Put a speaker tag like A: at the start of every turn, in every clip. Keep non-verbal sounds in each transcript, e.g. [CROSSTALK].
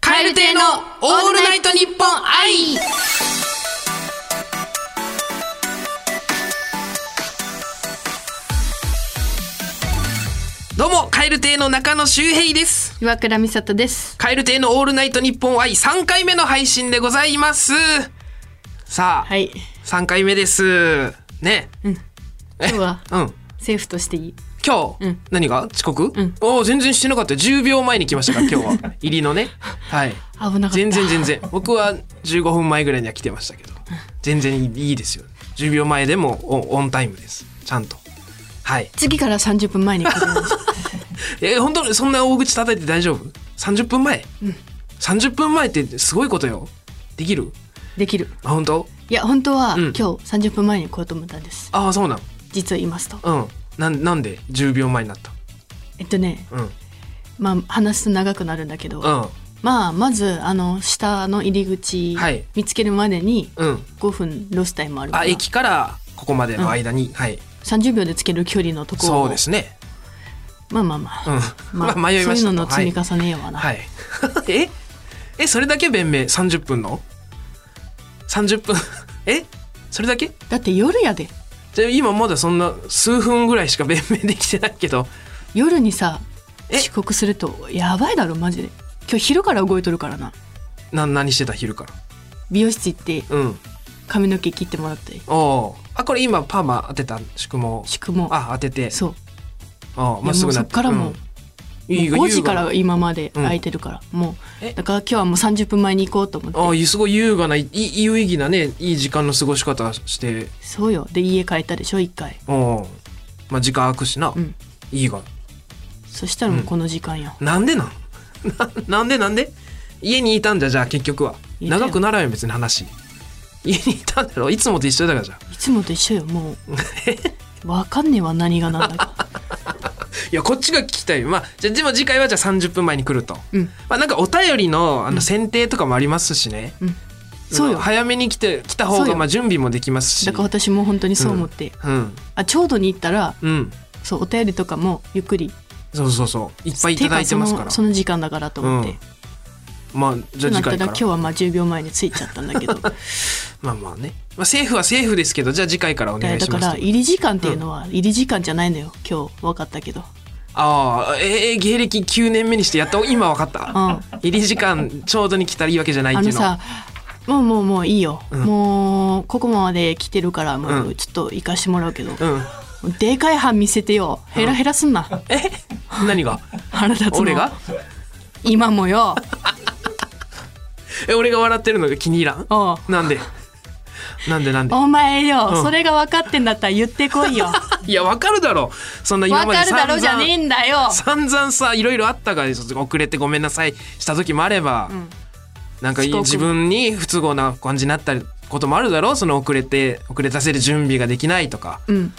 A: 蛙亭のオールナイトニッポン愛どうも、蛙亭の中野周平です。
B: 岩倉美里です。
A: 蛙亭のオールナイトニッポン愛3回目の配信でございます。さあ、
B: はい。
A: 三3回目です。ね。
B: 今日は
A: うん。
B: セーフとしていい。
A: 今日、何が遅刻、おお全然してなかったよ10秒前に来ましたから今日 [LAUGHS] は入りのねはい
B: 危なかった。
A: 全然全然僕は15分前ぐらいには来てましたけど全然いいですよ10秒前でもオンオンタイムですちゃんとはい
B: 次から三十分前に来るようにします。
A: えー本当にそんな大口叩いて大丈夫30分前、30分前ってすごいことよできる
B: できる。
A: あ本当
B: いや、本当は、
A: うん
B: 今日三十分前に来ようと思ったんです。
A: ああそうな
B: 実を言いますと。
A: のうんなんなんで10秒前になった
B: えっとね、
A: うん
B: まあ、話すと長くなるんだけど。
A: うん
B: まあ、まず、あの、下の入り口
A: はい。
B: 見つけるまでに。
A: うん
B: 5分ロスタイムある
A: あ
B: から
A: 駅からここまでの間に、はい
B: 30秒でつける距離のところ
A: そうですね
B: まあまあまあ、
A: うんまあ [LAUGHS] 迷いました
B: そういうのの積み重ねような、
A: はい。 [LAUGHS] ええ、それだけ弁明 ?30 分の ?30 分 [LAUGHS] えそれだけ
B: だって夜やで
A: じゃあ今まだそんな数分ぐらいしか弁明できてないけど。
B: 夜にさ
A: え
B: 遅刻するとやばいだろマジで今日昼から動いとるからな
A: な、何してた昼か
B: 美容室行って
A: ら。うん。
B: 髪の毛切ってもらったり
A: おお。あ、これ今パーマ当てた宿毛。
B: 宿毛
A: あ、当てて。
B: そう
A: あまっ
B: い
A: す
B: やも
A: ぐ
B: う
A: な
B: そ
A: っ
B: っからもう,、
A: うんいいよ
B: 5時か
A: 優
B: ら今まで
A: うん
B: 空いてるから、も
A: え
B: うだから今日はもう30分前に行こうと思って
A: 雅ああ、いいすごい優雅ないい、有意義なね、いい時間の過ごし方して。
B: そうよで家帰ったでしょ一回
A: おお。まあ、時間空くしな。
B: うん
A: いいが。
B: そしたらもうこの時間よ、
A: なんでなん [LAUGHS] ななんでなんで家にいたんじゃじゃあ結局はい
B: たよ
A: 長くならんよ別に話家にいたんだろいつもと一緒だからじゃん
B: いつもと一緒
A: [LAUGHS]
B: よもうわかんねえわ何が何だか
A: いやこっちが聞きたいよまあじゃあでも次回はじゃあ30分前に来ると、
B: うん
A: まあなんかお便りのあの選定とかもありますしね、
B: うんそうよ
A: 早めに来て来た方
B: そう
A: が
B: よ
A: まあ準備もできますし
B: だから私も本当にそう思って、
A: うん
B: あちょうどに行ったら
A: うん
B: そうお便りとかもゆっくり
A: そうそうそういっぱいいただいてますから
B: てかそのその時間だからと思って、
A: うんまあじゃあ
B: な
A: 次
B: った
A: 回か
B: ら今
A: ら
B: 日はまあ10秒前に着いちゃったんだ
A: [LAUGHS]
B: けど
A: まあまあね、まあ、セーフはセーフですけどじゃあ次回からお願
B: だ
A: いし
B: か
A: ます
B: ら入り時間っていうのは入り時間じゃないのよ今日分かったけど
A: ああ、えー、芸歴9年目にしてやっと今分かった。入り時間ちょうどに来たらいいわけじゃないっ
B: あ
A: てい
B: の
A: うの。
B: さもうもうもういいよ、
A: ん
B: もうここまで来てるからもうんうちょっと行かしてもらうけど、
A: うん。
B: でかい歯見せてよヘラヘラすんな、
A: え何が
B: 腹立つの
A: 俺が
B: 今もよ
A: え、俺が笑ってるのが気に入らん
B: おう
A: なんでなんでなんで
B: お前よ、
A: うん
B: それが分かってんだったら言ってこいよ
A: いや、分かるだろ。そんな [LAUGHS] 今
B: 分
A: まで
B: かるだ
A: 散
B: ろじゃねえ
A: 々、
B: んだよ
A: 散々さ、いろいろあったから、遅れてごめんなさいした時もあれば、
B: ん
A: なんかい
B: 遅刻も
A: 自分に不都合な感じになったこともあるだろその遅れて、遅れさせる準備ができないとか。
B: うん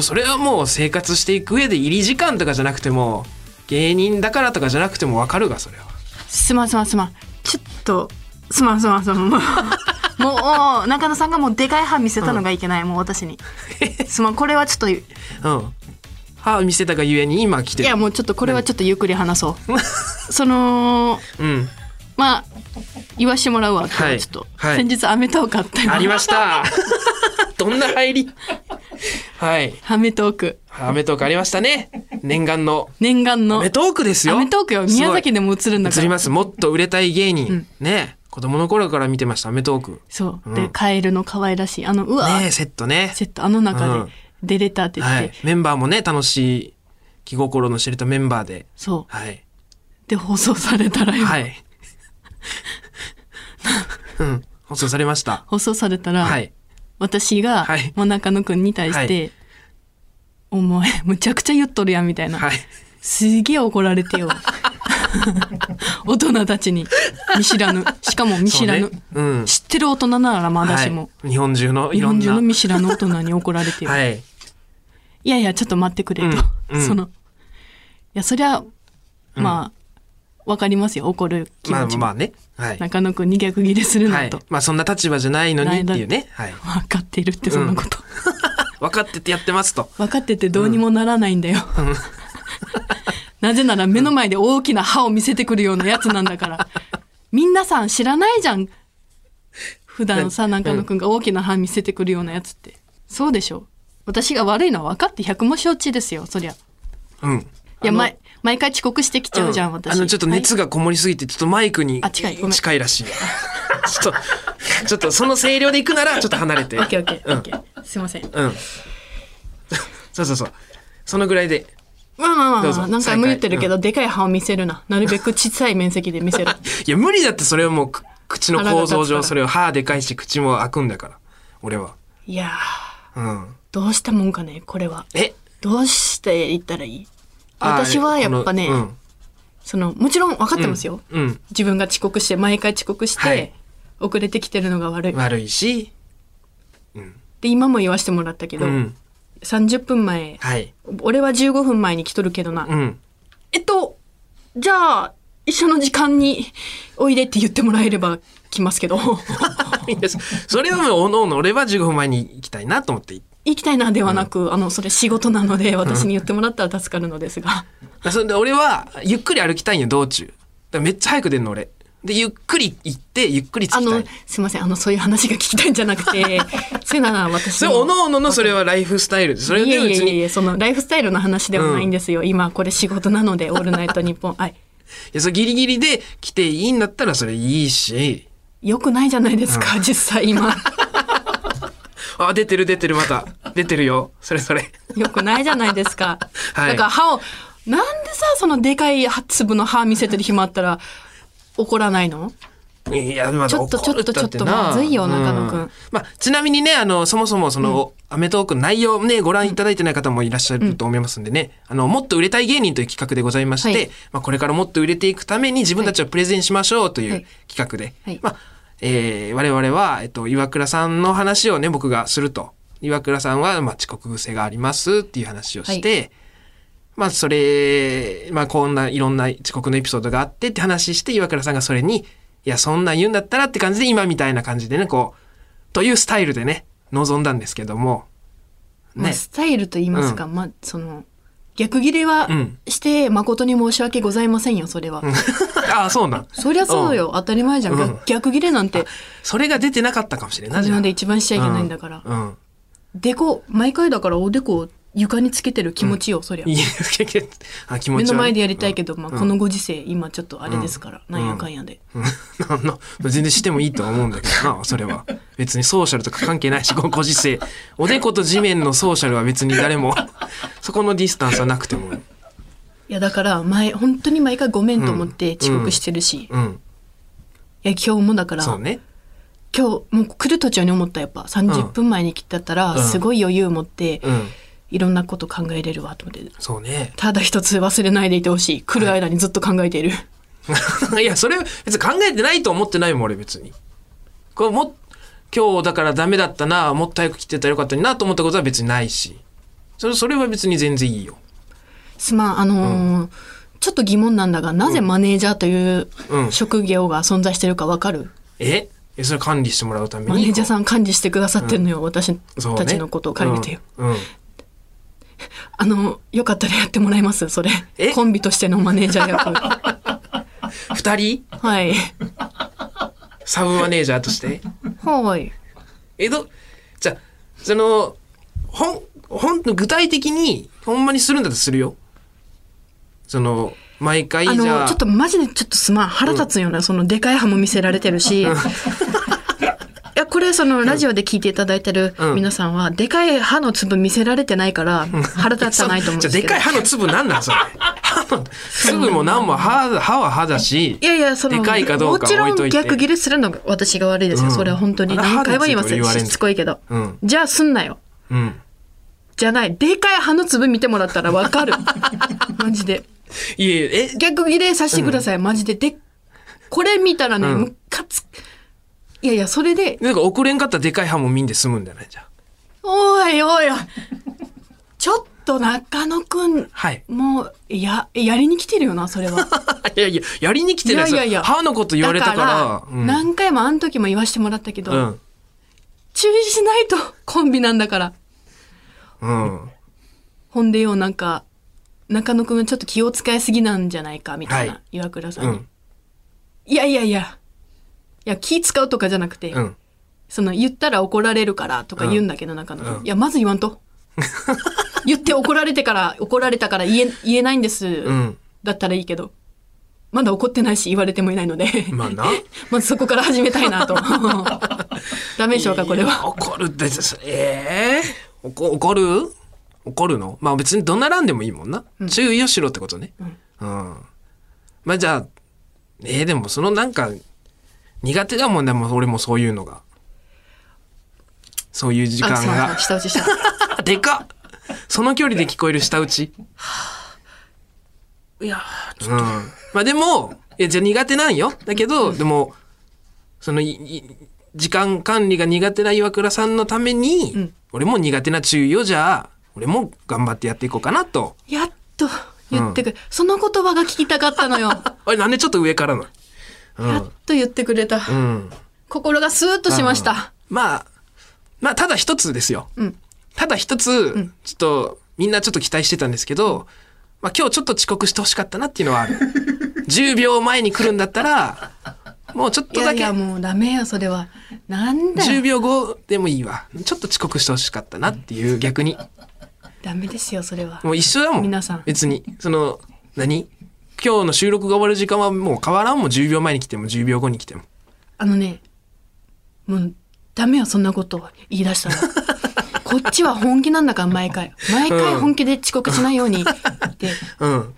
A: それはもう生活していく上で入り時間とかじゃなくても芸人だからとかじゃなくても分かるがそれは
B: すまんすまんすまんちょっとすまんすまんす
A: [LAUGHS]
B: まんもうもう中野さんがもうでかい歯見せたのがいけない、もう私にすまんこれはちょっとい
A: うん歯見せたがゆえに今来てる
B: やもうちょっとこれはちょっとゆっくり話そうその
A: うん
B: まあ言わしてもらうわ、今日
A: はい
B: ちょっと、
A: はい
B: 先日アメトークあったよ
A: ありました
B: [LAUGHS]
A: どんな入りはい
B: アメトーク
A: アメトークありましたね念願の
B: 念願
A: ア
B: の
A: メトークですよ
B: アメトークよ宮崎
A: で
B: でも映るんだか
A: 映
B: ら
A: りますもっと売れたい芸人、
B: うん
A: ね子供の頃から見てましたアメトーク
B: そう、
A: う
B: で
A: ん
B: カエルの可愛らしいあのうわ、
A: ねセットね
B: セットあの
A: う
B: 中
A: ん
B: で出れたって言って、
A: はい、メンバーもね楽しい気心の知れたメンバーで
B: そう
A: はい
B: で放送されたらよ、
A: はい。
B: [LAUGHS]
A: うん。放送されました。
B: 放送されたら、
A: はい。
B: 私が、
A: はい
B: もう中野くんに対して、
A: は
B: お前、むちゃくちゃ言っとるやん、みたいな。
A: はい。
B: すげえ怒ら
A: [LAUGHS]
B: れてよ。大人たちに。見知らぬ。しかも見知らぬ。
A: そうねうん
B: 知ってる大人ならまだしも。
A: はい日本中のい
B: 日
A: ろん
B: 本中
A: な
B: の。見知らぬ大人に怒られてよ。い、
A: はい。
B: やいや、ちょっと待ってくれと。
A: うんうん
B: その、いや、そりゃ、まあ、わかりますよ、怒る気
A: まあ
B: 持ちも。
A: まあね。はい。
B: 中野くんに逆ギレする
A: は
B: ないと。。
A: まあそんな立場じゃないのにっていうね。はい。
B: わかってるって、そんなこと。
A: 分かっててやってますと。
B: 分かっててどうにもならないんだよ。なぜなら目の前で大きな歯を見せてくるようなやつなんだから。みんなさん知らないじゃん普段さ中野くんが大きな歯見せてくるようなやつってそうでしょ私が悪いのは分かって百も承知ですよそりゃ
A: うん。
B: いや
A: あの
B: 毎毎回遅刻してきちゃうじゃん、
A: うん
B: 私
A: あの、ちょっと熱がこもりすぎて、ちょっとマイクに
B: あ近いごめん
A: 近いらしい。 [LAUGHS] ちょっと、ちょっとその声量で行くなら、ちょっと離れて。
B: オッケーオッケー
A: う
B: オッ
A: ん
B: ケーすいません
A: うん。そうそうそう。そのぐらいで。
B: まあまあ
A: どう
B: ま
A: ぞ
B: あ何回も言ってるけど、でかい歯を見せるななるべく小さい面積で
A: [LAUGHS]
B: 見せる
A: いや、無理だってそれはもうく口の構造
B: 腹が立つか
A: 上、
B: ら
A: それを歯でかいし、口も開くんだから。俺は。
B: いやー
A: うん。
B: どうしたもんかねこれは
A: え
B: どうして言ったらいい
A: あー
B: 私はやっぱね、
A: この
B: そのもちろん分かってますよ、
A: うん。うん。
B: 自分が遅刻して毎回遅刻して、
A: はい
B: 遅れてきてるのが悪い、
A: 悪いし。
B: で今も言わしてもらったけ
A: う
B: ど、
A: ん。
B: 30分前
A: はい。
B: 俺は15分前に来とるけどな、
A: うん。
B: えっとじゃあ一緒の時間においでって言ってもらえれば来ます
A: [LAUGHS]
B: けど
A: いやそそれはもう、おのおの、俺は15分前に行きたいなと思って。
B: 行きたいなではなく、あのそれ仕事なので私に言ってもらったら助かるのですが
A: それで、俺は、ゆっくり歩きたいんよ、道中。だからめっちゃ早く出んの、俺。で、ゆっくり行って、ゆっくり着きた
B: あ
A: い。
B: のすいませんあのそういう話が聞きたいんじゃなく
A: [LAUGHS]
B: てそういうのは私
A: それ、
B: の
A: おのおのの、それはライフスタイルで。それ
B: い
A: で、
B: やいう
A: ち
B: やいやい
A: に。い
B: やそのライフスタイルの話ではないんですよ、今これ仕事なので「オールナイトニッ
A: [LAUGHS]
B: ポン」はい
A: や、それギリギリで来ていいんだったら、それいいし。
B: よくないじゃないですか、実
A: [LAUGHS]
B: 際今
A: あ、出てる出てる、また。出てるよ。それそれ。
B: よくないじゃないですか、
A: [LAUGHS] はい
B: だから歯をなんでさそのでかい歯粒の歯見せてる暇あったら怒らないの
A: いや、まだ
B: ちょっと
A: 怒る
B: ちょっと
A: たて
B: ちょっと
A: な
B: まずいよ中野くん
A: うまあ、ちなみにね、あの、そもそもその、アメトークの内容をね、ご覧いただいてない方もいらっしゃると思いますんでね、あの、もっと売れたい芸人という企画でございまして、
B: はい
A: まあ、これからもっと売れていくために自分たちをプレゼンしましょうとい
B: は
A: う
B: い
A: 企画で、
B: はい
A: まあ、えー我々は、えっと、岩倉さんの話をね、僕がすると。岩倉さんは、まあ、遅刻癖がありますっていう話をして、まあそれ、まあこんないろんな遅刻のエピソードがあってって話して岩倉さんがそれに、いやそんなん言うんだったらって感じで今みたいな感じでね、こう、というスタイルでね、臨んだんですけども、
B: まあ、
A: ね。
B: スタイルと言いますか、まあその逆ギレは
A: うん
B: して誠に申し訳ございませんよそれは、
A: ああ、そうなん。
B: そりゃそうよ、当たり前じゃん、
A: うん
B: 逆ギレなんて
A: それが出てなかったかもしれんない
B: 自
A: じゃ
B: 分
A: ん
B: で一番しちゃいけないんだから、
A: うん。
B: でこ毎回だからおでこを床につけてる気持ちよ、そりゃ
A: いや、けけあ気持
B: 目
A: ち悪い
B: の前でやりたいけど、まあ、このご時世今ちょっとあれですから、なんやかんやで、
A: うんなんの全然してもいいとは思うんだけどな、それは。別にソーシャルとか関係ないし、このご時世。おでこと地面のソーシャルは別に誰も、そこのディスタンスはなくても。
B: いやだから前本当に毎回ごめんと思って遅刻してるし、い
A: うん。
B: や今日もだから
A: そう
B: 今
A: ね。
B: 日もう来る途中に思ったやっぱ30分前に来てたら、
A: うん
B: すごい余裕持って、
A: うん。
B: いろんなこと考えれるわと思って
A: そうね。 [LAUGHS]
B: ただ一つ忘れないでいてほしい来る間にずっと考えている、
A: いや、それ、別に考えてないと思ってないもん、俺別に。これも、今日だからダメだったな、もっと早く来てたらよかったなと思ったことは別にないし。それ、それは別に全然いいよ。
B: すまんあのーちょっと疑問なんだがなぜマネージャーという
A: うん
B: 職業が存在してるかわかる、
A: ええそれ管理してもらうために。
B: マネージャーさん管理してくださってるのよ、私
A: そうね
B: たちのことを借りてよ、。
A: うんうん
B: あのよかったらやってもらえますそれ
A: え
B: コンビとしてのマネージャー
A: [LAUGHS]
B: 役
A: 二人
B: はい
A: サブマネージャーと
B: [LAUGHS]
A: して。
B: はい
A: えど、じゃあ、その、ほん、ほん、具体的に、ほんまにするんだったらするよ。その、毎回、
B: あ
A: じゃ
B: の
A: あ。
B: ちょっとマジでちょっとすまん腹立つような、そのでかい歯も見せられて
A: [LAUGHS]
B: るしいやこれそのラジオで聞いていただいてる
A: うん
B: 皆さんは、でかい歯の粒見せられてないから腹立たないと思う
A: [LAUGHS]
B: ん
A: じ
B: で
A: ゃあで
B: すけど
A: かい歯の粒なん [LAUGHS] なんそれ。歯の粒も何も歯だ歯は歯だし。
B: いやいや、その、
A: でかいかどうかは置い
B: もち
A: と
B: ろん
A: いて。
B: 逆ギレするのが私が悪いですよ。
A: うん
B: それは本当に。
A: あれ
B: 何回も言いま
A: 歯
B: す。
A: について俺言われん
B: し
A: の
B: つこいけど。
A: うん
B: じゃあすんなよ。
A: うん。
B: じゃない。でかい歯の粒見てもらったらわ
A: [LAUGHS]
B: かる。マジで。
A: いやいやえ
B: 逆ギレさせてください。マジで。で、これ見たらね、
A: うん
B: むかつ、いやいや、それで、
A: なんか遅れんかったらでかい歯も見んで済むんじゃないじゃあ
B: おいおいおい。ちょっと中野くん、
A: はい。
B: もう、や、やりに来てるよな、それは。
A: [LAUGHS] いやいややりに [LAUGHS] 来てない
B: いやいやいや
A: 歯のこと言われたから。うん
B: 何回もあの時も言わしてもらったけど、
A: うん
B: 注意しないと、 [LAUGHS] コンビなんだから。
A: うん
B: ほんでよ、なんか、中野くんがちょっと気を使いすぎなんじゃないか、みたいな、
A: はい
B: 岩倉さ
A: うん
B: に。
A: ん
B: いやいやいや、や気使うとかじゃなくて、
A: うん。
B: その言ったら怒られるからとか言うんだけど、中野君、
A: うん
B: いやまず言わ
A: [LAUGHS]
B: んと言って怒られてから怒られたから言え言えないんです、
A: うん。
B: だったらいいけどまだ怒ってないし言われてもいないので
A: まあな。
B: [LAUGHS] まずそこから始めたい
A: [LAUGHS]
B: なとダメでしょうかこれ
A: い
B: は
A: や怒るって、ええー、怒怒る怒るのまあ別に怒鳴らんでもいいもんな。注意をしろってことね。うん。まあじゃあ、えー、でもそのなんか、苦手だもんね、もう俺もそういうのが。そういう時
B: あ
A: 間
B: すいませ
A: が
B: ん。下打ちした
A: あでかっその距離で聞こえる舌打ち。
B: いや
A: うん。まあでも、いや、じゃあ苦手なんよ。だけど、でも、そのい、い時間管理が苦手な岩倉さんのために、
B: うん
A: 俺も苦手な注意をじゃあ、俺も頑張ってやっていこうかなと。
B: やっと言ってくれ、その言葉が聞きたかったのよ
A: あれ、なんでちょっと上からな
B: やっと言ってくれた、
A: のうん。
B: 心がスーッとしました、
A: まあ、まあ、ただ一つですよ。
B: うん
A: ただ一つ、ちょっと、みんなちょっと期待してたんですけど、まあ今日ちょっと遅刻してほしかったなっていうのはあ
B: [LAUGHS]
A: る。10秒前に来るんだったら、もうちょっ
B: い
A: と
B: や
A: だ
B: い
A: け
B: や、もうダメよそれはなんだ
A: 10
B: よ
A: 秒後でもいいわ。ちょっと遅刻してほしかったなっていう逆に。
B: ダメですよそれは
A: もう一緒だもん。
B: 皆さん
A: 別に。その、何今日の収録が終わる時間はもう変わらんもん10秒前に来ても10秒後に来ても。
B: あのねもうダメよそんなことを言い出したら
A: [LAUGHS]
B: こっちは本気なんだから毎回毎回本気で遅刻しないようにって
A: うん。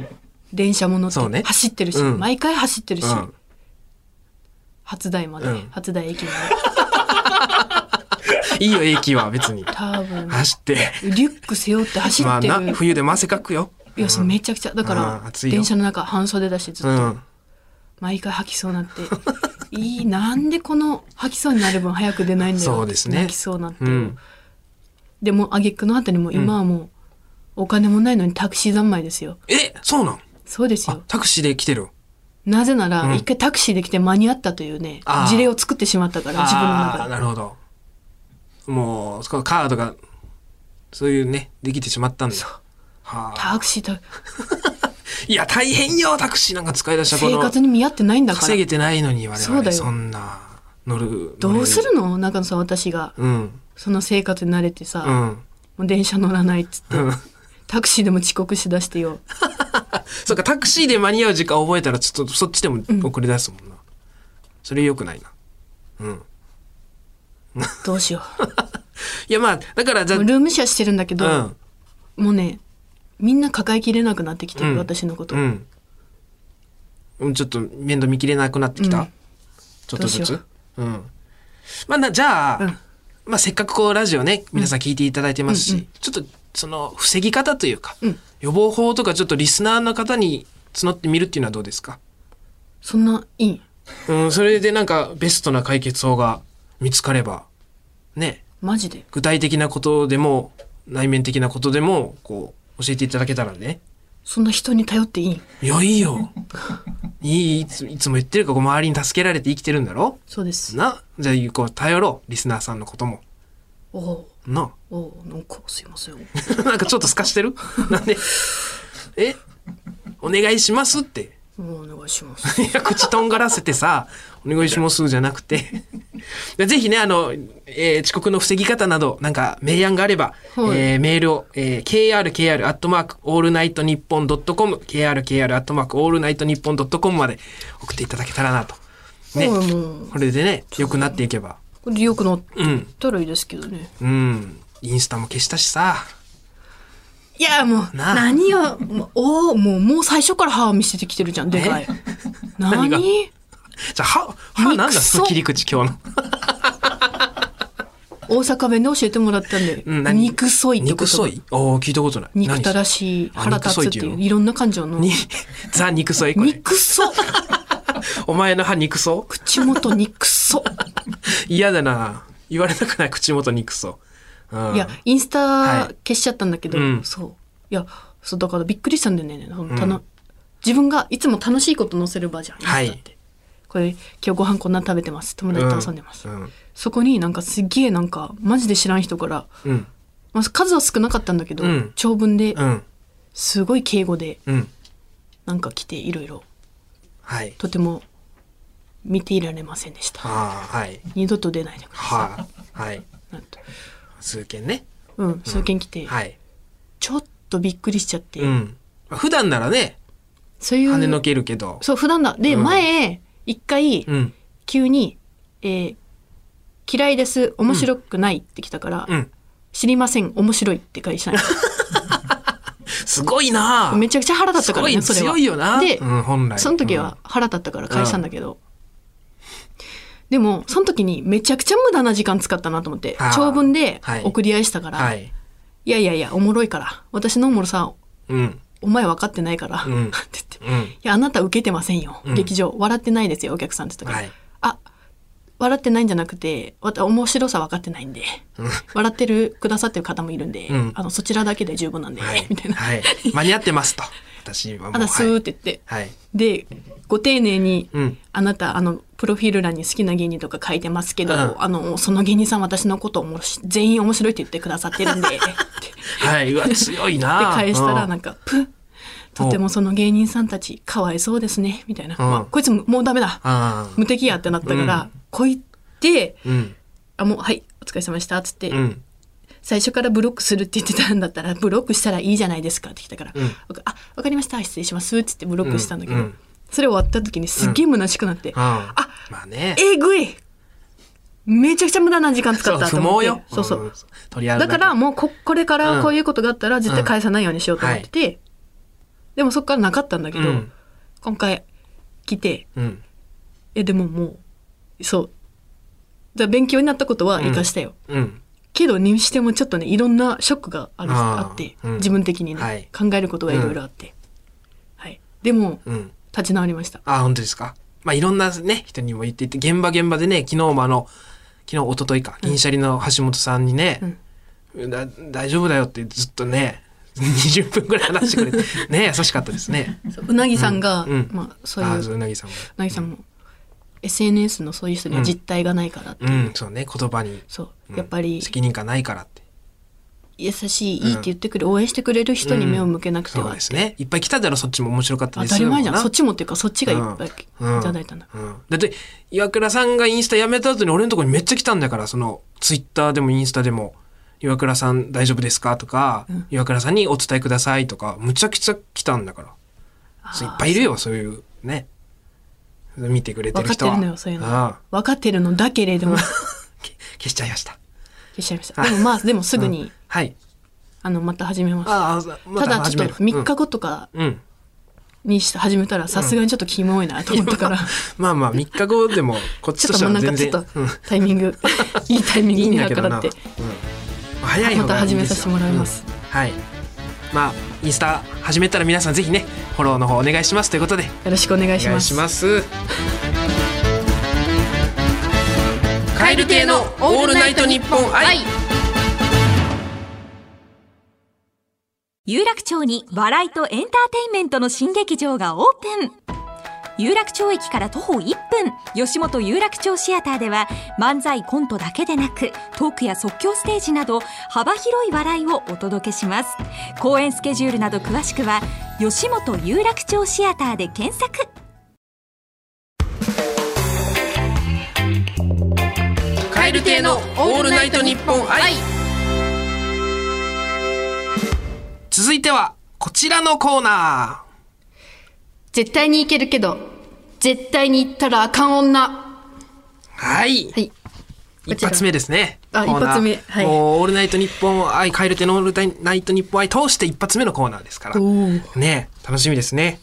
B: 電車も乗っ
A: そうね
B: て走ってるし、
A: うん
B: 毎回走ってるし、
A: うん。
B: 初台まで、
A: うん
B: 初台駅まで
A: いいよ、英気は別に。
B: 多分
A: 走って。
B: リュック背負って走
A: ま
B: っ
A: あ
B: てる、
A: な、冬でも汗かくよ。
B: いやそうめちゃくちゃだか
A: うん
B: ら
A: 暑いよ
B: 電車の中半袖だしずっ
A: う
B: と
A: ん。
B: 毎回吐きそうになっていいなんでこの吐きそうになる分早く出ないんだよ
A: そうですね
B: 泣きそうになって、
A: うん
B: でも挙句の後にも今はもうお金もないのにタクシー三昧ですよ
A: え、そうなん
B: そうです
A: あ
B: よ、
A: タクシーで来てる。
B: なぜな
A: うん
B: ら一回タクシーで来て間に合ったというね、
A: あー
B: 事例を作ってしまったから自分の
A: あ
B: 中
A: ー
B: で
A: なるほど。もう、そこのカードが、そういうね、できてしまったんだ。はあ。
B: タクシーと
A: いや、大変よ、タクシーなんか使い出したこ
B: 生
A: の。
B: 活に見合ってないんだか
A: 稼げ
B: ら
A: てないのに我々
B: そうだよ
A: そんな乗る
B: どうす
A: 乗れ
B: るの中野さん私が
A: うん
B: その生活に慣れてさ、
A: う
B: も
A: ん [LAUGHS]
B: う電車乗らないっつって、
A: うん
B: タクシーでも遅刻しだしてよ
A: そっかタクシーで間に合う時間覚えたらちょっとそっちでも遅れ出すもんな、それ良くないな
B: どうしよ
A: [LAUGHS] いやまあだからじ
B: う
A: ゃ
B: もうルームシェアしてるんだけど、
A: あうん
B: もうねみんな抱えきれなくなってきてる、
A: うん
B: 私のこと、
A: うんうんちょっと面倒見きれなくなってきた、
B: うん
A: ちょっとず
B: どうし
A: つ
B: よ
A: うんまあなじゃあ、
B: うん
A: まあせっかくこうラジオね皆さん聞いていただいてますし、ちょっとその防ぎ方というか、
B: うん
A: 予防法とかちょっとリスナーの方に募ってみるっていうのはどうですか
B: そんないい
A: うん、それでなんかベストな解決法が見つかれば、ね、
B: マジで
A: 具体的なことでも、内面的なことでも、こう、教えていただけたらね。
B: そんな人に頼っていい
A: いや、いいよ。いい、いついつも言ってるか、こう周りに助けられて生きてるんだろ
B: そうです
A: な、じゃあ、こう、頼ろう。リスナーさんのことも。
B: おお
A: な、 [LAUGHS]
B: おおなんかすいません
A: なんかちょっと透かしてるなんで、え、お願いしますって。
B: もうお願いします
A: いや、口とんがらせてさ、お願いしますじゃなくて。でぜひね、あの、えー遅刻の防ぎ方など、なんか、明暗があれば、
B: はい
A: えーメールを、えー、krkr アットマークオールナイトニッポンドットコム、krkr アットマークオールナイトニッポンドットコムまで送っていただけたらなと。 [LAUGHS] ね。
B: はいもう
A: これでね、良くなっていけば。
B: これよくなっ
A: うん。
B: たらいいですけどね
A: うん。インスタも消したしさ。
B: いやもう
A: なあ
B: 何をもうおおもうもう最初から歯を見せてきてるじゃんでかい
A: 何
B: 何
A: が
B: 何
A: じゃあ、は、は、なんだ、
B: くそ
A: その切り口今日の。
B: 大阪弁で教えてもらったんで、
A: うん何
B: 肉そいって
A: 肉
B: こと
A: そいおー聞いたことない。
B: 憎たら
A: し
B: しい
A: あ
B: 腹立つっ
A: 肉
B: て
A: そいっていう
B: い
A: の
B: ういろんな感情の
A: に、ザ肉そいこれ。
B: 肉そ
A: [LAUGHS] お前の歯肉そう
B: 口元肉そ
A: 嫌だな言われたくない口元にクソ、うん、
B: いや、インスタ消しちゃったんだけど、
A: はいうん
B: そう。いや、そう、だからびっくりしたんだよね。そのたの自分がいつも楽しいこと載せる場じゃん、インスタっ
A: は
B: て。
A: い
B: これ、今日ご飯こんな食べてます。友達と遊んでます。
A: うん
B: そこになんかすげえなんか、マジで知らん人から、
A: うん
B: まあ、数は少なかったんだけど、
A: うん
B: 長文で
A: う、ん
B: すごい敬語で、
A: うん
B: なんか来て、いろいろ、
A: はい
B: とても、見ていられませんでした
A: ああ、はい。
B: 二度と出ないでくださ
A: はい、はい。
B: いなんて
A: 数件ね。
B: うん数件来て、
A: はい。
B: ちょっとびっくりしちゃって、
A: うん。普段ならね、
B: そういう
A: 跳ねのけるけど。
B: そう普段だで、
A: うん
B: 前一回
A: うん。
B: 急に、えー嫌いです面白くない」って来たから「
A: うん。
B: 知りません面白い」って返したんよ
A: すごいな [LAUGHS] あ
B: めちゃくちゃ腹立っ
A: す
B: たから
A: ごい
B: ねそれは
A: 強いよな。
B: で
A: うん、本来。
B: その時は腹立ったから返したんだけど、でもその時にめちゃくちゃ無駄な時間使ったなと思って
A: あー
B: 長文で
A: はい
B: 送り合いしたか
A: うん。
B: ら、、
A: はいい。
B: やいやいやおもろいから私のおもろさ
A: うん。
B: お前分かってないから、
A: う
B: [LAUGHS] って
A: ん
B: 言って「
A: うん。
B: いやあなた受けてませんよ、
A: うん
B: 劇場笑ってないですよお客さん」って言ったから、
A: はい。
B: あ笑ってないんじゃなくてわた面白さ分かってないんで
A: うん
B: 笑ってるくださってる方もいるんで、
A: うん
B: あのそちらだけで十分なんで、
A: はい。
B: みたいな、 [LAUGHS]
A: はい。間に合ってますと。私はも
B: あ
A: う。
B: だす
A: は
B: ーっ
A: い
B: て言って、
A: はい。
B: でご丁寧に、
A: うん。
B: あなたあのプロフィール欄に好きな芸人とか書いてますけど、
A: うん
B: あのその芸人さん私のことをもし全員面白いって言ってくださっ
A: [LAUGHS]
B: てるんでって
A: はい。うわ、強いなあ
B: 返したら
A: うん
B: なんか「プッとてもその芸人さんたちかわいそうですね」みたいな、
A: うん
B: まあこいつももうダメだ
A: あ
B: 無敵や」ってなったから、こいって
A: あ。うん。
B: 「あもうはいお疲れ様でした」っつって、
A: うん。
B: 最初からブロックするって言ってたんだっ
A: [LAUGHS]
B: たらブロックしたらいいじゃないですかって来たから「
A: うん
B: あわかりました失礼します」って言ってブロックしたんだけど、
A: うんうん
B: それ終わった時にすっげえ虚しくなって「
A: あ
B: あ
A: まあね。
B: えぐいめちゃくちゃ無駄な時間使ったと
A: そう
B: 思っ
A: 不毛
B: て
A: よ。
B: そうそ
A: ん
B: う。
A: 取り合う
B: だからもうここれからこういうことがあったら絶対返さないようにしようと思ってて、でもそっからなかったんだけど、
A: うん
B: 今回来て
A: うん。
B: えでももうそうだから勉強になったことは生かしたよ、
A: うん。
B: けどにしてもちょっとねいろんなショックがある
A: あ
B: あ
A: ー
B: って、
A: うん
B: 自分的にね、
A: はい
B: 考えることがいろいろあって、はい、でも
A: うん。
B: 立ち直りました
A: あ、本当ですか。まあ、いろんなね、人にも言っていて、現場現場でね、昨日もあの、昨日、一昨日か、銀シャリの橋本さんにね、だ大丈夫だよってずっとね、20分ぐらい話してくれて、ね、優しかったですね。
B: そううなぎさんが、
A: うんうん
B: まあ、そうい
A: あ
B: う
A: そう
B: う
A: うなぎさんも。
B: なぎさんも SNS のそういう人には実態がないからって、
A: うん、そうね、言葉に。
B: そう
A: うん
B: やっぱり
A: 責任感ないからって。
B: 優しい、
A: ん
B: いいって言ってくれる応援してくれる人に目を向けなくて
A: そう
B: は、
A: ですね。いっぱい来ただろ、そっちも面白かった
B: 当
A: です
B: たり前じゃん
A: もうな
B: そっちもっていうかそっちがいっぱいい
A: うん
B: ただいたんだ、
A: うん、だって岩倉さんがインスタやめた後に俺のとこにめっちゃ来たんだからそのツイッターでもインスタでも「岩倉さん大丈夫ですか?」とか、岩倉さんにお伝えください」とかむちゃくちゃ来たんだからそういっぱいいるよそういうね見てくれてる人は
B: 分かってるのよそういうの
A: ああ
B: 分かってるのだけれ
A: [LAUGHS]
B: ども消
A: け消しちゃいました
B: しちゃいましたでもまあでもすぐに、
A: はい
B: あのまた始めます
A: ああま
B: ただちょっ
A: 始
B: と
A: め
B: 3
A: る
B: 日後とか
A: うん、うん
B: にして始めたらさすがにちょっとキモいなと思ったから、
A: まあまあ3日後でもこっち
B: [LAUGHS] ち
A: と
B: ょ
A: し
B: っ
A: て
B: と
A: は
B: もうなん
A: 全
B: かち
A: 然
B: ょっと
A: うん
B: タイミン
A: [LAUGHS]
B: グ、いいタイミン
A: い
B: グ
A: いん
B: に
A: だ
B: な
A: け
B: か
A: ど
B: ら
A: な、
B: っ
A: うん
B: て、
A: 早い方がいいんですよ
B: また始めさせてもらいます
A: うんはいまあインスタ始めたら皆さんぜひねフォローの方お願いしますということで
B: よろしくお願い
A: お
B: しま
A: 願い
B: す
A: しますカエル亭のオールナイトニッポン愛
C: 有楽町に笑いとエンターテインメントの新劇場がオープン有楽町駅から徒歩1分吉本有楽町シアターでは漫才コントだけでなくトークや即興ステージなど幅広い笑いをお届けします公演スケジュールなど詳しくは吉本有楽町シアターで検索
A: カエル亭のオールナイトニッポン愛続いてはこちらのコーナ
B: 絶対に行けるけど絶対に行ったらあかん女
A: ーはい
B: はい
A: 一発目ですね。
B: あ
A: コーナー
B: 一発目はい
A: もうオールナイトニッポン愛、カエルテのオールナイトニッポン愛通して一発目のコーナーですから。ねえ楽しみですね。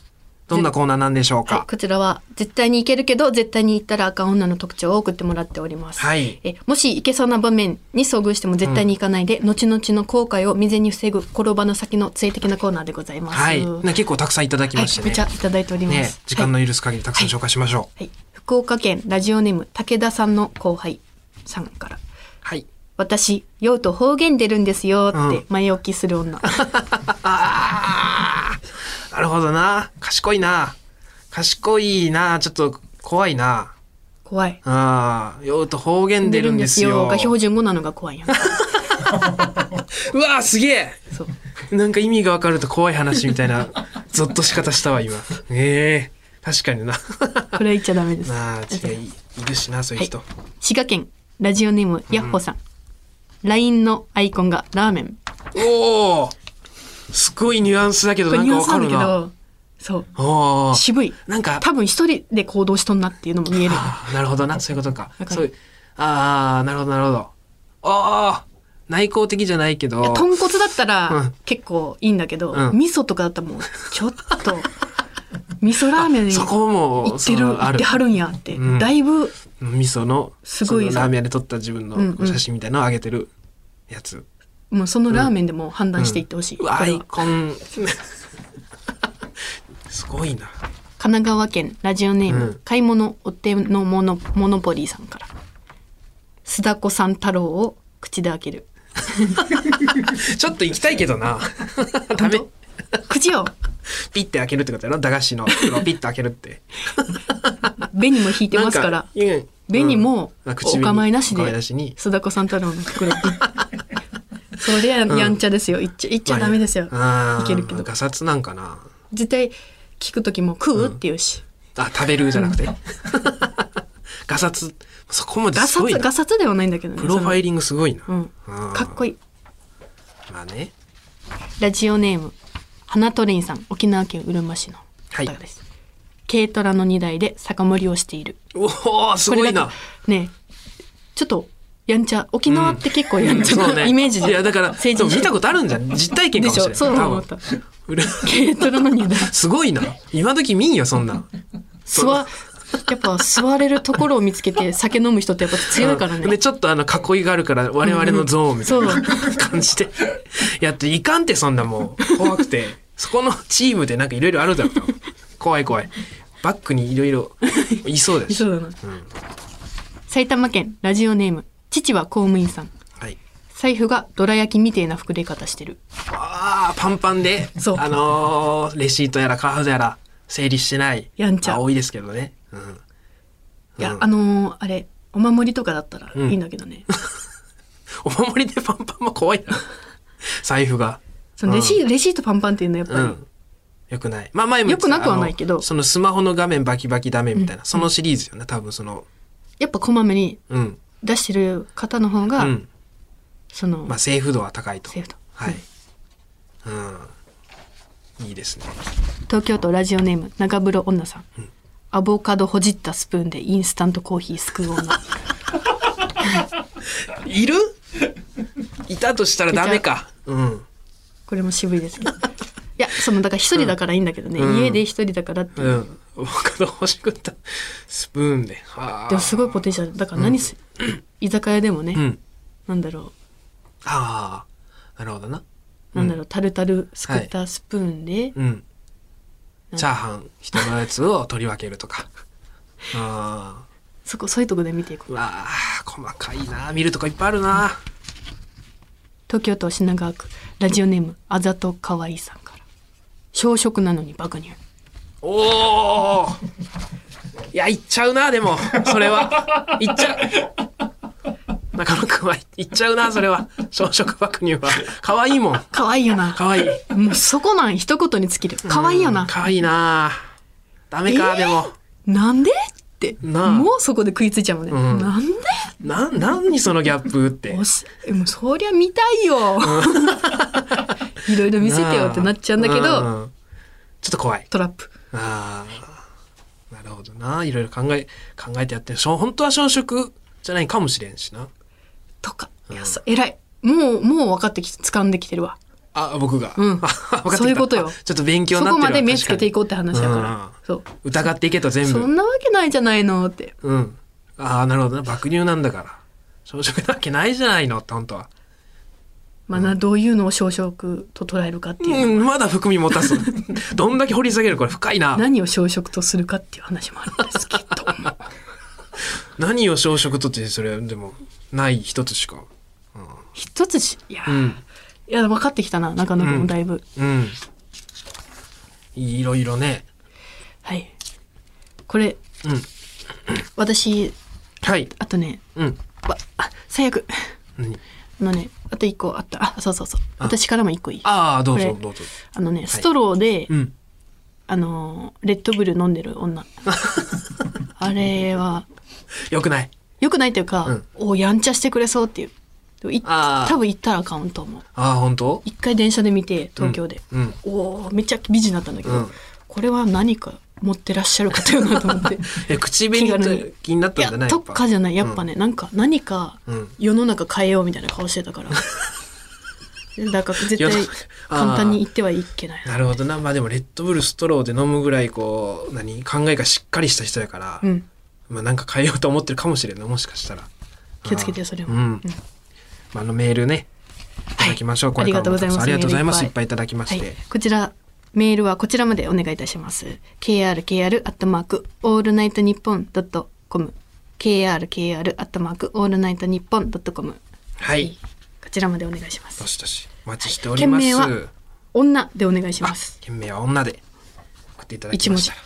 A: どんなコーナーなんでしょう
B: はい
A: か。
B: こちらは絶対に行けるけど絶対に行ったらあかん女の特徴を送ってもらっております、
A: はい
B: えもし行けそうな場面に遭遇しても絶対に行かないで、後々の後悔を未然に防ぐ転ばぬ先の性的なコーナーでございます
A: はい。
B: は
A: ない結構たくさんいただきました
B: め
A: ね
B: っち。ゃいただいております、
A: ねえ時間の許す限りたくさん紹介しましょう。
B: はい、福岡県ラジオネーム武田さんの後輩さんから
A: はい。
B: 「私用途方言出るんですよ」
A: う
B: って前置きする女、
A: [LAUGHS] ああ、なるほどな。賢いな。賢いな。ちょっと怖いな。
B: 怖い
A: ああ、用途方言出るんですよ。
B: が標準語なのが怖いやん
A: うわーすげえ
B: そう [LAUGHS]
A: なんか意味がわかると怖い話みたいなゾッと仕方したわ今。ええ確かにな。 [LAUGHS]
B: これは言っちゃダメです。
A: なあ、違い、いるしな、そういう人。
B: 滋賀県、ラジオネーム、ヤッホーさん。LINE のアイコンがラーメン。
A: おおすごいニュアンスだけど、
B: これ
A: なん
B: ニュ
A: か
B: アン
A: わ
B: スな
A: か
B: ん
A: る
B: だけ
A: な。
B: ど、そう。
A: おー
B: 渋い。
A: なんか、
B: 多分一人で行動しとんなっていうのも見え
A: [LAUGHS]
B: る。
A: あーなるほどな、そういうことか
B: わ。かる
A: そういう、ああ、なるほど、なるほど。ああ、内向的じゃないけど。
B: 豚骨だった
A: う
B: ら
A: ん
B: 結構いいんだけど、
A: うん
B: 味噌とかだったらもうちょっと、味噌ラーメンに
A: そ
B: 行
A: こも、
B: ってる、
A: その
B: 行
A: あ
B: っ
A: る
B: て。はるんやって、
A: うん
B: だいぶ
A: 味噌の、
B: すごい
A: そのラーメン屋で撮った自分の
B: うんうん
A: 写真みたいなのを上げてるやつ。
B: もうそのラーメンでも判断していってほしい、
A: う
B: これ
A: わア
B: は
A: イ
B: 神
A: コン。 [LAUGHS] すごいな。
B: 奈川県ラジオネーム、
A: うん
B: 買い物お手のモノモノポリーさんから須田子さん太郎を口で開ける
A: ちょっと行きたいけど
B: [LAUGHS]
A: な。ダメ
B: 本。当口を
A: ピッて開けるってことやろ駄菓
B: [LAUGHS]
A: 子の袋をピッて開けるって。
B: 紅も引いてますから
A: なんうん
B: 紅も
A: うんあ
B: お
A: 唇
B: 構いなしで
A: お構いなしに。
B: 須田子さん太郎の袋そりゃやんちゃですよ言っちゃ言っちゃダメですよ、
A: まあね
B: いけるけど
A: ガサツなんかな。
B: 絶対聞く時も「食う?」って言うし、
A: あ、食べるじゃなく
B: [LAUGHS]
A: て。ガサツ。そこまです
B: ガサ
A: ごい
B: ツ
A: な。
B: ガサツではないんだけどね
A: プロファイ
B: イ
A: リングすごいな。
B: うん
A: あー
B: かっこいい
A: まあね。
B: ラジオネーム花トレインさん沖縄県うるま市の
A: はい
B: 方です、軽トラの荷台で酒盛りをしている
A: おおす
B: こ
A: ご
B: れ
A: い
B: なん
A: な
B: か。ねちょっとやんちゃ沖縄って結構やんちゃな、
A: そうね。
B: [LAUGHS] イメージで
A: いや、だから、
B: 成
A: で
B: 人
A: も
B: 式
A: 見たことあるんじゃん。実体験か
B: で
A: もし
B: し
A: れな
B: ょ
A: い。
B: そう思
A: 多
B: った
A: 分 [LAUGHS] うる
B: 軽トラの
A: [LAUGHS]
B: 荷台
A: すごいな。今時見んよ、そん
B: [LAUGHS]
A: なん。
B: 座やっぱ座れるところを見つけて酒飲む人ってやっぱ強いからね
A: で、ちょっとあの、囲いがあるから、我々のゾーンみたいな [LAUGHS] 感じで。やって、いかんって、そんなもう。怖くて。そこのチームでなんかいろいろあるだろうな。怖い怖い。バックにいろいろいそうだ
B: [LAUGHS] い
A: し。
B: そう
A: は
B: だな、埼玉県ラジオネーム父は公務員さん
A: い。
B: 財布がどら焼きみてえな膨れ方してる
A: ああ、パンパンで、
B: そう
A: あのーレシートやらカードやら整理してない。
B: やんちゃ
A: まあ多いですけどね。うん。
B: いや、
A: うん
B: あのーあれお守りとかだったら
A: うん
B: いいんだけどね、
A: お守りでパンパンも怖いな。財布が。
B: そのレシ,、レシートパンパンっていうのはやっぱ
A: う
B: り、
A: ん。よくない。まあ前も言ってた
B: 良くなくはないけど
A: あのそのスマホの画面バキバキダメみたいな、そのシリーズよね、多分その、
B: やっぱこまめに
A: うん。
B: 出してる方の方が、
A: うん。
B: その、
A: まあセーフ度は高いと。
B: セーフ度
A: はい。うん。いいですね。
B: 東京都ラジオネーム長風呂女さん、アボカドほじったスプーンでインスタントコーヒーす
A: [LAUGHS]
B: くう女
A: いるいたとしたらダメか。うん。
B: これも渋いですけどいやそのだから一人だからいいんだけどね、
A: うん
B: 家で一人だからっていう、
A: うん。お金欲しくった。スプーンで。はあ。
B: でもすごいポテンシャルだから何す、居酒屋でもね、
A: うん。
B: なんだろ
A: ああ。なるほどな。
B: うなんだろうタルタルすくったスプーンで、
A: うん。チャーハン、人のやつを取り分けると
B: [LAUGHS]
A: か。ああ。
B: そこそういうとこで見ていこう
A: うわあ細かいな見るとこいっぱいあるな
B: 東京都品川区ラジオネームあざとかわいいさんから小食なのに爆乳
A: おおいや行っちゃうなでもそれは行っちゃう中野くんは行っちゃうなそれは小食爆乳は可愛いもん
B: かわいいよな
A: 可愛い
B: もうそこなん一言に尽きるかわいいよ
A: うん
B: な
A: 可愛いなダメか、
B: えー
A: でも
B: なんでって
A: なあ
B: もうそこで食いついちゃうもんね、
A: うん
B: なんで
A: な何そのギャップって
B: おしえもうそりゃ見た
A: [LAUGHS]
B: いよいろいろ見せてよってなっちゃうんだけど、
A: うちょっと怖い
B: トラップ
A: ああなるほどないろいろ考え考えてやってるしょ本当は小食じゃないかもしれんしな
B: とかいやそ偉いもうもう分かってきて掴んできてるわ
A: あ、僕が。
B: うん
A: [LAUGHS] 分かってきた
B: そういうことよ
A: あちょっと勉強
B: そ
A: になっ
B: こ
A: てるわ
B: まで目つけていこうって話だから、
A: 確
B: そう
A: にうん疑っていけと全
B: そん
A: 部。
B: なわけないじゃないのって
A: うん。ああ、なるほどな。爆乳なんだから。小食なわけないじゃないのって、本当は。
B: まあな、どういうのを小食と捉えるかっていうう、
A: ん、まだ含み持たす。 [LAUGHS] どんだけ掘り下げるこれ深いな。
B: 何を小食とするかっていう話もあるんですけ
A: [LAUGHS]
B: ど
A: 何を小食とって、それ、でも、ない一つしか。
B: 一つしいや、
A: うん。
B: いや分かってきたな中野君もだいぶ、
A: うん。いろいろね。
B: はいこれ、
A: うん
B: 私
A: はい。
B: あとね
A: うん。
B: わあ最悪
A: 何
B: あのねあと一個あったあそうそうそう私からも一個いいあ
A: ああ、どうぞ
B: こ、れ
A: どうぞ。
B: のねストローで、
A: うん。
B: あのレッドブル飲んで
A: [LAUGHS]
B: る女あれは
A: よくない。
B: よくないというか、
A: うん
B: おやんちゃしてくれそうっていうでもい
A: あー
B: 多分行ったらあかんと思う
A: ああ、本当
B: 一回電車で見て東京で、
A: うん。
B: おーめっちゃ美人だったんだけど、
A: うん
B: これは何か持ってらっしゃる方よなと思って
A: え、口紅
B: 気軽
A: と
B: に
A: [LAUGHS] 気になっ
B: い
A: たん
B: や
A: じゃない
B: とかじゃないやっぱね、なんか何か
A: うん
B: 世の中変えようみたいな顔して
A: [LAUGHS]
B: たからだから絶
A: 世の
B: 対
A: 中あー
B: 簡単に言ってはいけない
A: なるほどな。まあでも、レッドブルストローで飲むぐらい、こう、何考えがしっかりした人やから、
B: うん
A: まあなんか変えようと思ってるかもしれんない。もしかしたら。
B: 気をつけてよそれ
A: う
B: も、
A: ん。まあ、あのメールね、いただきましょう。こ
B: あ
A: れ
B: り
A: か
B: が
A: ら
B: とう
A: もたくさん
B: ございます
A: ありがとうございます。
B: メールいっぱい
A: いっぱいいただきま
B: は
A: し
B: い
A: て。、
B: こちらメールはこちらまでお願いいたします。krkr アットマークオールナイトニッポンドットコム krkr アットマークオールナイトニッポンドットコム
A: はい。
B: こちらまでお願いします
A: ど。しどし、お待ちしております。
B: 件名は女でお願いします。
A: 件名は女で送っていただきましたら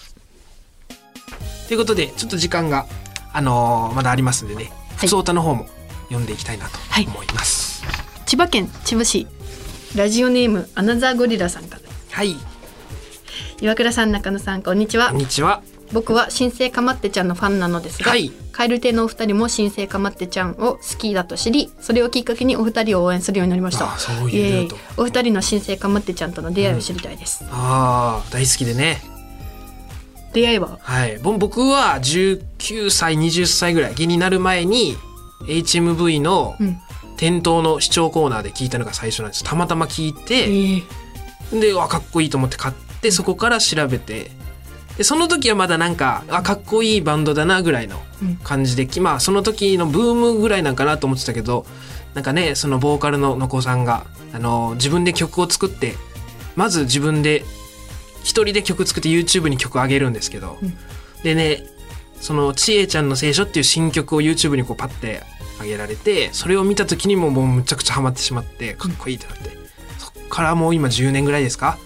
A: ということでちょっと時間が、あのーまだありますんでね普通歌の方も読んでいきたいなと
B: はい
A: 思います
B: 千葉県千葉市ラジオネームアナザーゴリラさんから。
A: はい、
B: 岩倉さん中野さんこんにちは
A: こん。にちは
B: 僕は新生かまってちゃんのファンなのですが、
A: はい
B: カエル亭のお二人も新生かまってちゃんを好きだと知りそれをきっかけにお二人を応援するようになりました
A: あそういう
B: イエ
A: 理
B: ー
A: 由
B: イ
A: と
B: お二人の新生かまってちゃんとの出会いを知りたいです、
A: ああ大好きでね
B: 出会いは
A: はいぼ僕は19歳20歳ぐらい気になる前に HMV の
B: うん
A: 店頭の視聴コーナーで聞いたのが最初なんですたまたま聞いて、
B: ええ
A: であかっこいいと思って買ってそこから調べてでその時はまだなんかあかっこいいバンドだなぐらいの
B: うん
A: 感じで、きまあその時のブームぐらいなんかなと思ってたけどなんかねそのボーカルののこさんがあの自分で曲を作ってまず自分で一人で曲作って YouTube に曲上げるんですけど、
B: うん
A: でねその「ちえちゃんの聖書」っていう新曲を YouTube にこうパッて上げられてそれを見た時にもうもうむちゃくちゃハマってしまってかっこいいってなって、そっからもう今10年ぐらいですか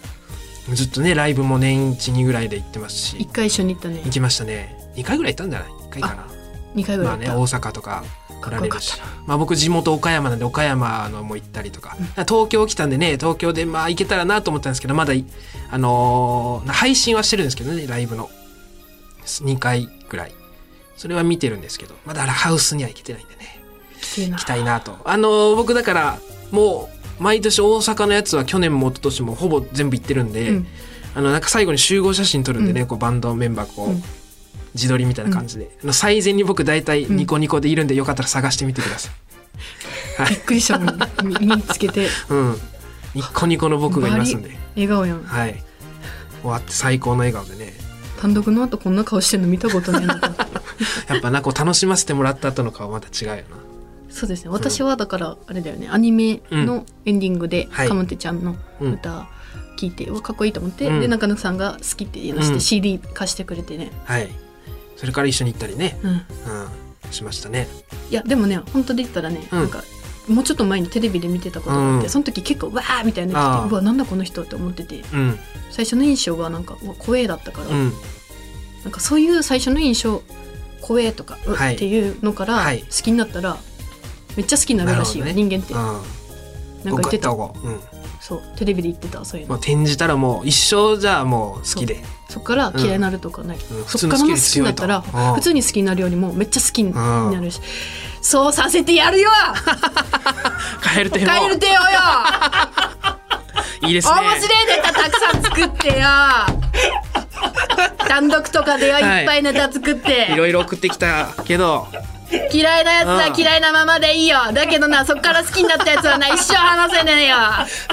A: ずっとねライブも年12ぐらいで行ってますし
B: 一回一緒に行ったね
A: 行きましたね2回ぐらい行ったんじゃない1回かな
B: 二回ぐ
A: ま
B: ら
A: あ
B: い行っ
A: ね
B: た、
A: 大阪とか来られる
B: かっ
A: し
B: こよ
A: まあ僕地元岡山なんで岡山のも行ったりとか、東京来たんでね東京でまあ行けたらなと思ったんですけどまだいあのー配信はしてるんですけどねライブの2回ぐらいそれは見てるんですけどまだハウスには行けてないんでね
B: きれいな
A: 行きたいなとあのー僕だからもう毎年大阪のやつは去年も一昨年もほぼ全部行ってるんで、
B: うん
A: あのなんか最後に集合写真撮るんでね、
B: う
A: こうバンドメンバーこう、
B: うん
A: 自撮りみたいな感じで、あの最前に僕大体ニコニコでいるんでよかったら探してみてください、
B: びっくりしたもんみ [LAUGHS] 見つけて
A: うんニコニコの僕がいますんで
B: バリ笑顔やん
A: はい終わって最高の笑顔でね
B: 単独の後こんな顔してんの見たことな
A: [LAUGHS]
B: いな
A: やっぱなこう楽しませてもらった後の顔また違うよな
B: そうですね私はだからあれだよねアニメのエンディングで、
A: はい
B: かまってちゃんの
A: うん
B: 歌聞いて、うわかっこいいと思って、
A: うん
B: で中野さんが好きって言い出して、
A: うん
B: CD 貸してくれてね、
A: はいそれから一緒に行ったりね、
B: うん、
A: うん、しましたね
B: いやでもね本当で言ったらね、
A: うん
B: なんかもうちょっと前にテレビで見てたことがあって、
A: うん
B: その時結構わーみたいな
A: あー
B: の来てうわなんだこの人って思ってて
A: うん
B: 最初の印象はなんかうわ怖えだったから、
A: うん
B: なんかそういう最初の印象怖えとか、うわ
A: はい
B: っていうのから
A: はい
B: 好きになったら、めっちゃ好きになるらしいよ、
A: なるほど
B: 人間って、
A: うん
B: なんか言ってた
A: ごくあった方がうん
B: そうテレビで言ってたそういう
A: まあ、
B: の
A: 転じたらもう一生じゃあもう好きで
B: そっから嫌いになるとかない、
A: うん
B: そっからの好きになったら
A: 普通の好きより強いとうん
B: 普通に好きになるよりもめっちゃ好きになるし、そうさせて
A: [LAUGHS]
B: やるよ
A: カエル亭も
B: カエルテ
A: [LAUGHS]
B: よよ
A: いいですね
B: 面白いネタたくさん作ってよ単独とかでよ
A: はい
B: いっぱいネタ作って、
A: いろいろ送ってきたけど
B: 嫌いなやつ
A: うん
B: は嫌いなままでいいよだけどなそっから好きになったやつはな一生話せねえよ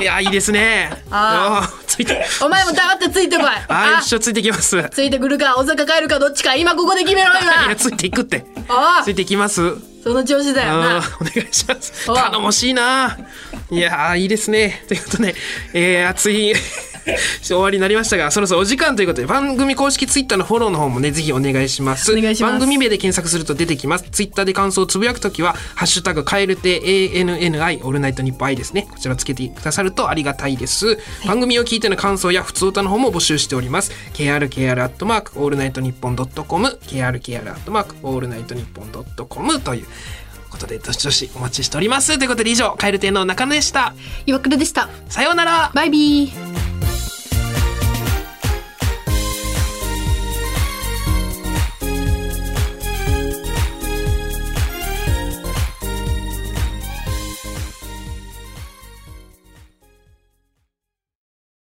A: いやいいですね
B: あ
A: あーついて
B: お前も黙ってついてこい
A: [LAUGHS] あー
B: あ
A: 一生ついてきますい
B: ついてくるか大阪帰るかどっちか今ここで決めろ
A: や
B: 今
A: つ [LAUGHS] いていくって
B: あ
A: ついていきます
B: その調子だよ
A: あ
B: な
A: ーお願いします
B: おう
A: 頼もしいないやーいいですねということで、えー、熱い [LAUGHS] 終わりになりましたがそろそろお時間ということで番組公式ツイッターのフォローの方もねぜひお願いします
B: お願いします
A: 番組名で検索すると出てきますツイッターで感想をつぶやくときは「ハッシュタグカエルテ ANNI オールナイトニッポン I」ですねこちらつけてくださるとありがたいです、番組を聞いての感想や普通歌の方も募集しております KRKR アットマークオールナイトニッポンドットコム KRKR アットマークオールナイトニッポンドットコムということでどしどしお待ちしておりますということで以上カエル亭の中野でした
B: 岩倉でした
A: さようなら
B: バイビー